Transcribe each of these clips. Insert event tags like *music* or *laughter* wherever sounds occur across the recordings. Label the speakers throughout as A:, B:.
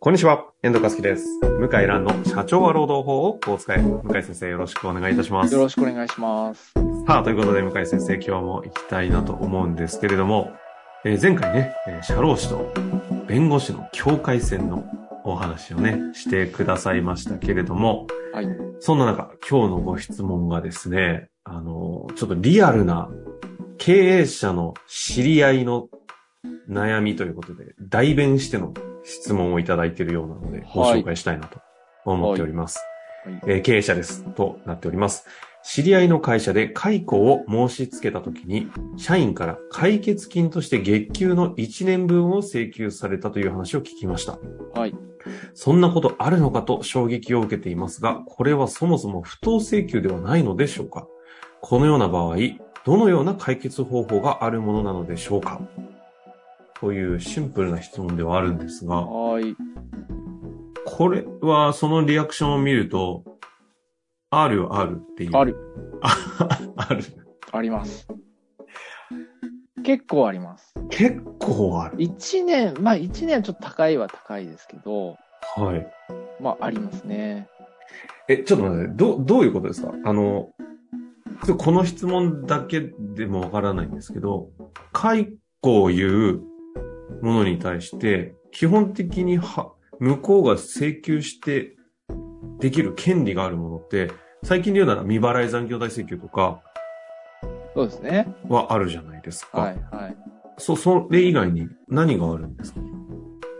A: こんにちは、遠藤和樹です。向井蘭の社長は労働法をお使い。向井先生、よろしくお願いいたします。
B: よろしくお願いします。
A: さあ、ということで、向井先生、今日も行きたいなと思うんですけれども、えー前回ね、えー社労士と弁護士の境界線のお話をね、してくださいましたけれども、
B: はい。
A: そんな中、今日のご質問がですね、あの、ちょっとリアルな経営者の知り合いの悩みということで、代弁しての質問をいただいているようなので、ご紹介したいなと思っております。
B: はい
A: えー経営者ですとなっております。知り合いの会社で解雇を申し付けたときに、社員から解決金として月給の1年分を請求されたという話を聞きました。
B: はい。
A: そんなことあるのかと衝撃を受けていますが、これはそもそも不当請求ではないのでしょうかこのような場合、どのような解決方法があるものなのでしょうかというシンプルな質問ではあるんですが、
B: はい。
A: これはそのリアクションを見ると、あるあるっていう。
B: あ。る。
A: ある。
B: あります。結構あります。
A: 結構ある。
B: 1年、まあ1年ちょっと高いは高いですけど、
A: はい。
B: まあありますね。
A: え、ちょっと待って、ど、どういうことですかあの、ちょこの質問だけでもわからないんですけど、解雇を言うものに対して、基本的には、向こうが請求してできる権利があるものって、最近で言うなら未払い残業代請求とか
B: そうですね。
A: はあるじゃないですか。
B: はい。はい。
A: そ、それ以外に何があるんですか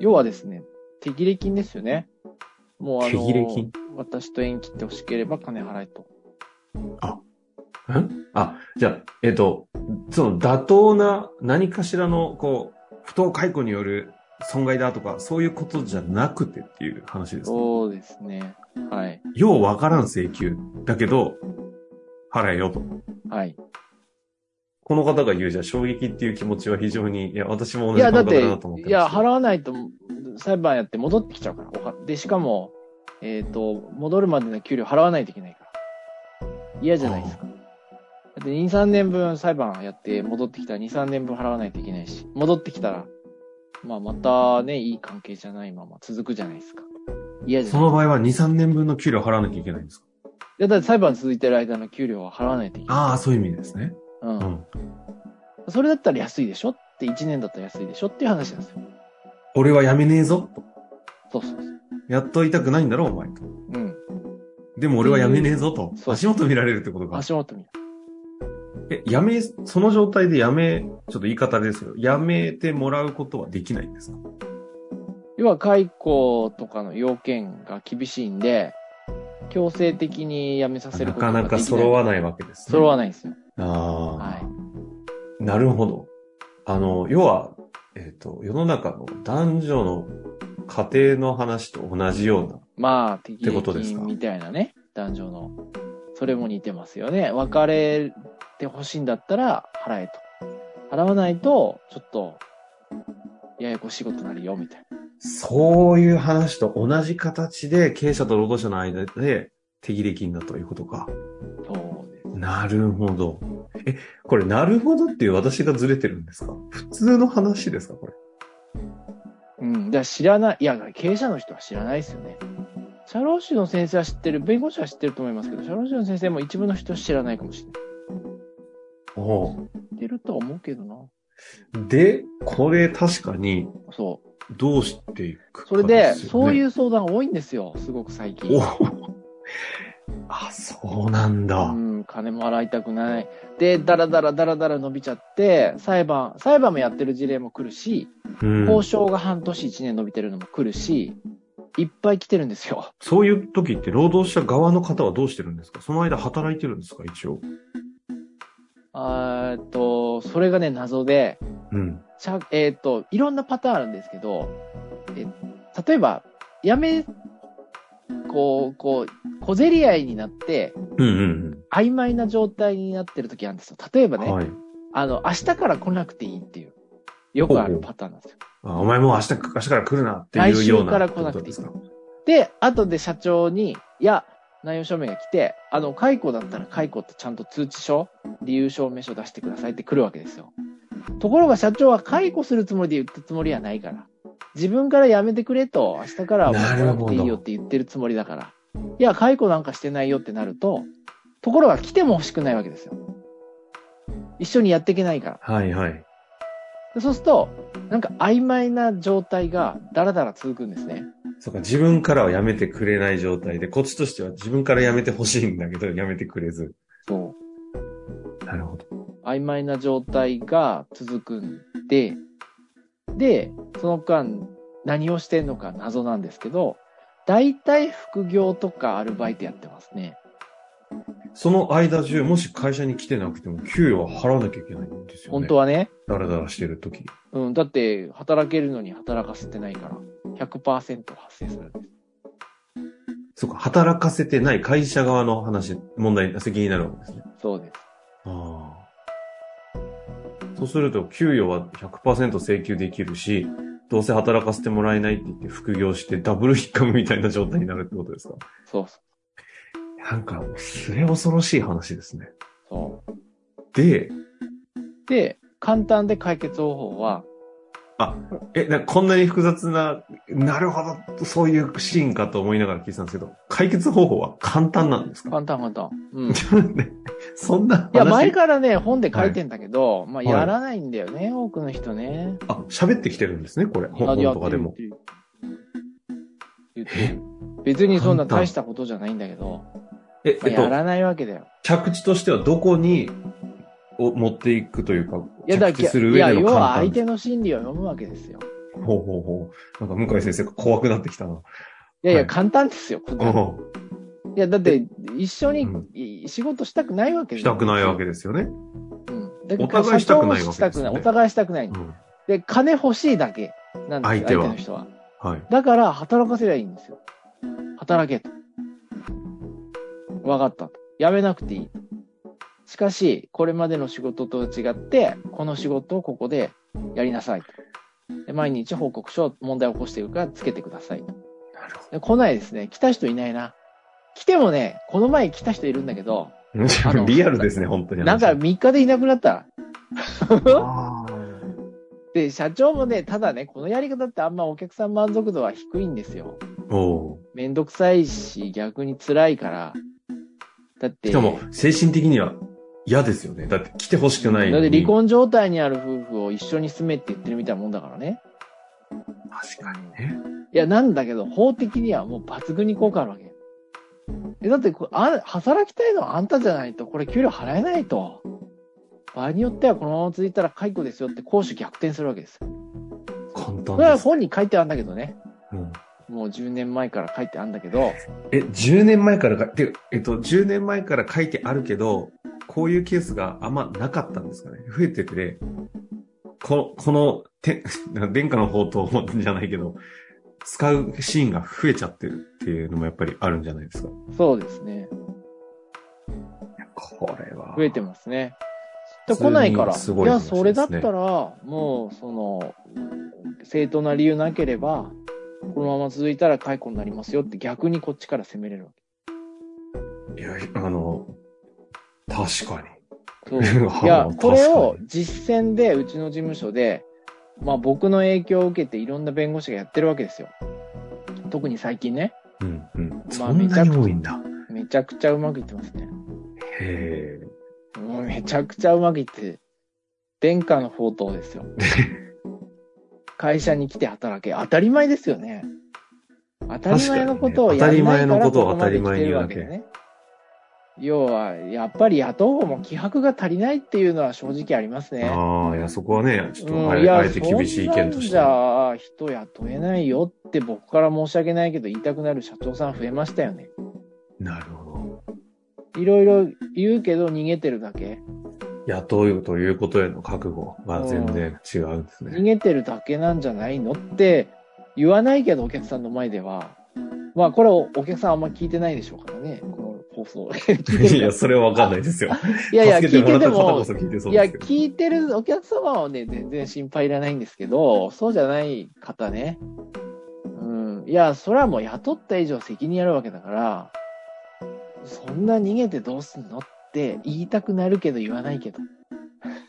B: 要はですね、手切れ金ですよね。もうあの、
A: 手切れ金
B: 私と縁切って欲しければ金払えと。
A: んあ、じゃあ、えっ、と、その妥当な何かしらの、こう、不当解雇による損害だとか、そういうことじゃなくてっていう話です、ね。
B: そうですね。はい。
A: ようわからん請求だけど、払えよと。
B: はい。
A: この方が言うじゃあ衝撃っていう気持ちは非常に、いや、私も同
B: い
A: じ
B: や、
A: 感
B: だっ
A: 覚
B: て、
A: だなと思っ
B: い
A: て
B: や、
A: ました。
B: 払わないと裁判やって戻ってきちゃうから。おかで、しかも、えっ、と、戻るまでの給料払わないといけないから。嫌じゃないですか。だって2、3年分裁判やって戻ってきたら2、3年分払わないといけないし、戻ってきたら、まあまたね、いい関係じゃないまま続くじゃないですか。嫌じゃ
A: そ
B: ない。い
A: の場合は2、3年分の給料払わなきゃいけないんですか
B: や、だって裁判続いてる間の給料は払わないといけない。
A: ああ、そういう意味ですね。
B: う。
A: うんん。
B: それだったら安いでしょって、1年だったら安いでしょっていう話なんですよ。
A: 俺はやめねえぞと。
B: そうそうそう。
A: やっといたくないんだろ、お前と。
B: うん。
A: でも俺はやめねえぞと。
B: そう
A: 足元見られるってことか。
B: 足元見る。
A: え、やめ、その状態でやめ、ちょっと言い方ですけど、やめてもらうことはできないんですか
B: 要は解雇とかの要件が厳しいんで、強制的に辞めさせる
A: な
B: ことが
A: か
B: できない。
A: なか揃わないわけです、ね。
B: 揃わないんですよ。
A: ああ、
B: は
A: なるほど。あの、要は、えっ、と、世の中の男女の家庭の話と同じような。
B: い。まあ、適
A: ってことですか
B: みたいなね、男女の。それも似てますよね。別れてほしいんだったら払えと。払わないと、ちょっと、ややこしいことになるよ、みたいな。
A: そういう話と同じ形で、経営者と労働者の間で手切れ金だということか。
B: そうです。
A: なるほど。え、これ、なるほどっていう私がずれてるんですか普通の話ですかこれ。
B: うん。だから知らない、いや、経営者の人は知らないですよね。社労士の先生は知ってる、弁護士は知ってると思いますけど、社労士の先生も一部の人は知らないかもしれない。
A: おう
B: 知ってるとは思うけどな。
A: で、これ確かに
B: そ
A: どうしていく
B: う。
A: か。
B: それで、そういうう相談多いんですよ。すごく最近。
A: おあ、そうなんだ。
B: うん、金も払いたくない。で、だらだらだらだら伸びちゃって、裁判、裁判もやってる事例も来るし、
A: うん
B: 交渉が半年1年伸びてるのも来るし、いっぱい来てるんですよ。
A: そういう時って労働者側の方はどうしてるんですかその間働いてるんですか一応。
B: あーえっと、それがね、謎で、
A: うん。
B: しゃえーっと、いろんなパターンあるんですけど、え例えば、やめ、こう、こう、小競り合いになって、
A: うんうん
B: 曖昧な状態になってる時あるんですよ。例えば
A: うん。
B: ね、
A: はい。
B: あの、明日から来なくていいっていう、よくあるパターンなんですよ。
A: あお前もう明日、明日から来るなっていうような。
B: 来週から来なくていい
A: ですか
B: で、後で社長に、いや、内容証明が来て、あの、解雇だったら解雇ってちゃんと通知書、理由証明書出してくださいって来るわけですよ。ところが社長は解雇するつもりで言ったつもりはないから、自分からやめてくれと、明日からはもう
A: な
B: 来
A: る
B: な
A: ほど
B: くていいよって言ってるつもりだから。いや、解雇なんかしてないよってなると、ところが来ても欲しくないわけですよ。一緒にやっていけないから。
A: はいはい。
B: でそうすると、なんか曖昧な状態がだらだら続くんですね。
A: そうか、自分からはやめてくれない状態で、こっちとしては自分からやめてほしいんだけど、やめてくれず。
B: そう。
A: なるほど。
B: 曖昧な状態が続くんで、で、その間何をしてんのか謎なんですけど、大体副業とかアルバイトやってますね。
A: その間中、もし会社に来てなくても、給与は払わなきゃいけないんですよね。
B: 本当はね。
A: ダラダラしてる時。
B: うん、だって働けるのに働かせてないから、100%発生する。
A: そうか、働かせてない会社側の話、問題、責任になるわけですね。
B: そうです。
A: ああ。そうすると、給与は100%請求できるし、どうせ働かせてもらえないって言って副業してダブル引っかむみたいな状態になるってことですか
B: そうそ
A: なんか、末恐ろしい話ですね。
B: う。そう。
A: で、
B: で、簡単で解決方法は、
A: え、なんかこんなに複雑な、なるほど、そういうシーンかと思いながら聞いてたんですけど、解決方法は簡単なんですか *laughs*
B: 簡単簡単。うん。い
A: そんな話
B: や、前からね、本で書いてんだけど、まあ、
A: い
B: やらないんだよね、多くの人ね。
A: あ、喋ってきてるんですね、これ。本
B: や
A: とかでも。。
B: やってる言ってる別にそんな大したことじゃないんだけど、
A: え、
B: まあ
A: えっと
B: や、らないわけだよ。
A: 着地としてはどこにを持っていくというか、
B: いや、だ
A: 着地する上
B: いや、
A: で
B: 要
A: の
B: は
A: 簡
B: 相
A: 単
B: 手の心理を読むわけですよ。
A: ほうほうほう。なんか向井先生が怖くなってきたな。
B: いやい
A: は
B: や、
A: い
B: 簡単ですよ。こんなの
A: う
B: いや、だって、一緒
A: うん
B: にい仕事したくないわけ
A: ん。
B: で
A: し
B: すよ
A: たくないわけですよね。
B: うん。だ
A: お互いしたくないわけですよね
B: 社長もしたくないお互いしたくない。
A: うん。
B: で、金欲しいだけなんです
A: 相
B: よ、
A: 手は
B: 相手の人は。
A: はい。
B: だから、働かせりゃいいんですよ。働けと。わかったと。やめなくていい。しかし、これまでの仕事と違って、この仕事をここでやりなさいと。で毎日報告書、問題を起こしているからつけてくださいと。
A: なるほ
B: で来ないですね。来た人いないな。来てもね、この前来た人いるんだけど、あ
A: ど。*laughs*
B: の
A: リアルですね、本当に。
B: なんか3日でいなくなった。
A: あ
B: *laughs*
A: ー
B: で、社長もね、ただね、このやり方ってあんまお客さん満足度は低いんですよ。
A: おう
B: めんどくさいし、逆に辛いから。だって、
A: しかも、精神的には嫌ですよね。だって来てほしくない
B: だ
A: の
B: って
A: に。
B: 離婚状態にある夫婦を一緒に住めって言ってるみたいなもんだからね。
A: 確かにね。
B: いや、なんだけど、法的にはもう抜群に効果あるわけ。え、だってこあ、働きたいのはあんたじゃないと、これ給料払えないと。場合によってはこのまま続いたら解雇ですよって攻守逆転するわけですよ。
A: 簡単
B: これは
A: です。
B: 本に書いてあるんだけどね。
A: うん
B: もう10年前から書いてあるんだけど、
A: え、10年前からか、てか、えっと、10年前から書いてあるけど、こういうケースがあんまなかったんですかね増えてて、この、この、て、 *laughs* なんか殿下の宝刀じゃないけど、使うシーンが増えちゃってるっていうのもやっぱりあるんじゃないですか。
B: そうですね。
A: これは。
B: 増えてますね。で来ないから。
A: 普通にすごい
B: いや、
A: 話ですね
B: それだったら、もう、その、正当な理由なければ、このまま続いたら解雇になりますよって逆にこっちから責めれるわ
A: いや、あの、確か
B: け。
A: *laughs*
B: そう
A: に。
B: いや
A: 確、か
B: こ
A: に
B: れを、実践で、うちの事務所で、まあ僕の影響を受けていろんな弁護士がやってるわけですよ。特に最近ね、
A: うん、うん。
B: ま
A: そ
B: あ
A: んなに多いんだ。
B: めちゃくちゃうまくいってますね。
A: へえ。
B: もうめちゃくちゃうまくいって、殿下の宝刀です
A: *laughs*
B: よ。会社に来て働け。当たり前ですよね。当たり前のことを
A: 確か
B: や
A: にね
B: りないか
A: 当たり前の
B: ら
A: ことを
B: ここまで来てるわけで
A: 当
B: ね。要は、やっぱり雇う方も気迫が足りないっていうのは正直ありますね。
A: ああ、いや、そこはね、ちょっと、あ
B: うん、い
A: えあ
B: や、
A: えて厳しい意見とし
B: そ
A: て
B: ん。なんじゃ、人雇えないよって僕から申し訳ないけど言いたくなる社長さん増えましたよね。
A: なるほど。
B: いろいろ言うけど逃げてるだけ。
A: 雇うということへの覚悟が全然違うんです
B: 逃
A: ね。
B: げてるだけなんじゃないのって言わないけどお客さんの前ではまあこれおお客さんあんま聞いてないでしょ
A: *laughs*
B: うからねこの放送聞いてるか
A: いや、それはわかんないですよ。
B: いやいや
A: 助
B: 聞
A: け
B: いてて
A: もら
B: も
A: った方こそ聞いてそう
B: いや
A: ですけど。
B: 聞いてるお客様はね全然心配いらないんですけどそうじゃない方ねうんいやそれはもう雇った以上責任あるわけだからそんな逃げてどうすんのって言いたくなるけど言わないけど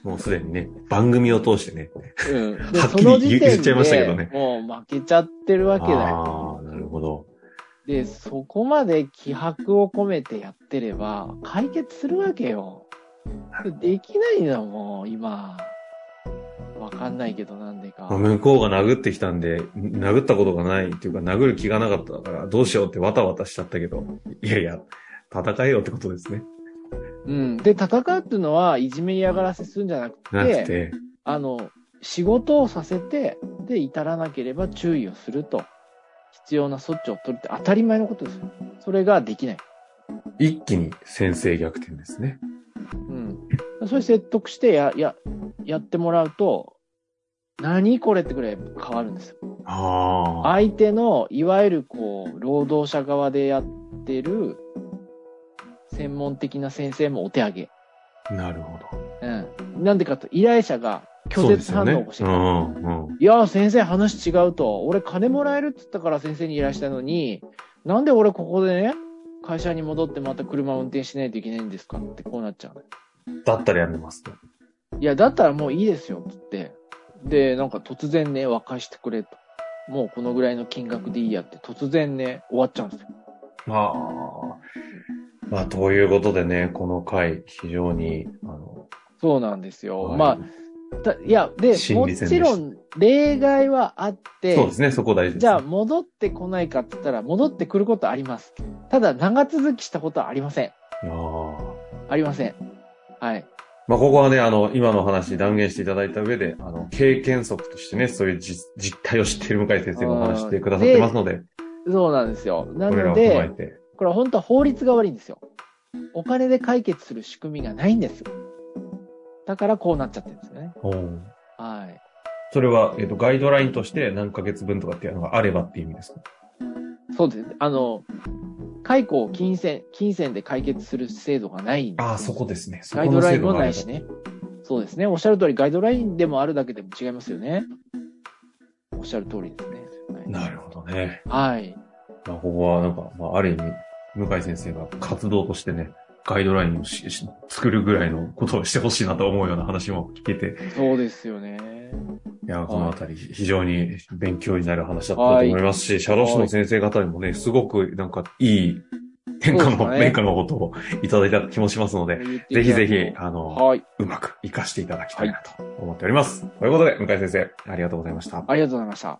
A: もうすでにね、番組を通してね。
B: うん。で
A: はっきり
B: その時点で
A: 言っちゃいましたけどね
B: もう負けちゃってるわけだよ。
A: ああ、なるほど。
B: で、そこまで気迫を込めてやってれば、解決するわけよ。できないんだもん、今。わかんないけど、なんでか。
A: まあ向こうが殴ってきたんで、殴ったことがないっていうか、殴る気がなかったから、どうしようってわたわたしちゃったけど、いやいや、戦えよってことですね。
B: うん。で、戦うっていうのは、いじめ嫌がらせするんじゃなくて、
A: なくて、
B: あの、仕事をさせて、で、至らなければ注意をすると。必要な措置を取るって当たり前のことですよ。それができない。
A: 一気に先制逆転ですね。
B: うん。それ説得してや、や、やってもらうと、何これってくらい変わるんですよ。
A: ああ。
B: 相手の、いわゆるこう、労働者側でやってる、専門的な先生もお手上げ。
A: なるほど。
B: うん。なんでかと、依頼者が拒絶反応をし
A: そうです
B: て
A: よ
B: く
A: ね。う
B: る。
A: んうん。
B: いや、先生話違うと。俺金もらえるって言ったから先生に依頼したのに、なんで俺ここでね、会社に戻ってまた車運転しないといけないんですかってこうなっちゃうのよ。
A: だったらやめますと。
B: いや、だったらもういいですよ、つって。で、なんか突然ね、和解してくれと。もうこのぐらいの金額でいいやって、突然ね、終わっちゃうんですよ。
A: ああ。まあ、ということでね、この回、非常に、あの、
B: そうなんですよ。
A: はい
B: まあ、だいや、で、
A: 心
B: も
A: 理戦でし
B: ち
A: た
B: ろん例外はあって、
A: そうですね、そこ大事です。
B: じゃあ、戻ってこないかって言ったら、戻ってくることはあります。ただ、長続きしたことはありません。
A: あー
B: ありません。はい。
A: まあ、ここはね、あの、今の話断言していただいた上で、あの、経験則としてね、そういう実実態を知っている向井先生がお話してくださってますので、
B: そうなんですよ。な
A: これら
B: の
A: を踏まえ
B: で、
A: て。
B: これは本当は法律が悪いんですよ。お金で解決する仕組みがないんです。だからこうなっちゃってるんですよね。
A: おう
B: はい。
A: それは、えっ、と、ガイドラインとして何ヶ月分とかっていうのがあればっていう意味ですか
B: そうです。あの、解雇を金銭、金銭で解決する制度がないんですよ
A: ああ、そこですね。そ
B: ガ
A: こ
B: イド
A: の
B: ライ
A: 制
B: ン
A: 度
B: も
A: があ
B: な
A: れ
B: い
A: ば
B: しね。そうですね。おっしゃる通り、ガイドラインでもあるだけでも違いますよね。おっしゃる通りですね。はい
A: なるほどね。
B: はい。
A: まあ、ここはなんか、まあ、ある意味、向井先生が活動としてね、ガイドラインをしし作るぐらいのことをしてほしいなと思うような話も聞けて、
B: そうですよね。
A: いや、このあたり非常に勉強になる話だったと思いますし、社労士の先生方にもね、すごくなんかいい変化
B: そうです
A: の、
B: ね
A: 変化のことをいただいた気もしますので、
B: 言
A: ぜ
B: ってい
A: ひ
B: ただ
A: ぜ
B: くと
A: ひ、あの、
B: はい。
A: うまく活かしていただきたいなと思っております。ということで、向井先生、ありがとうございました。
B: ありがとうございました。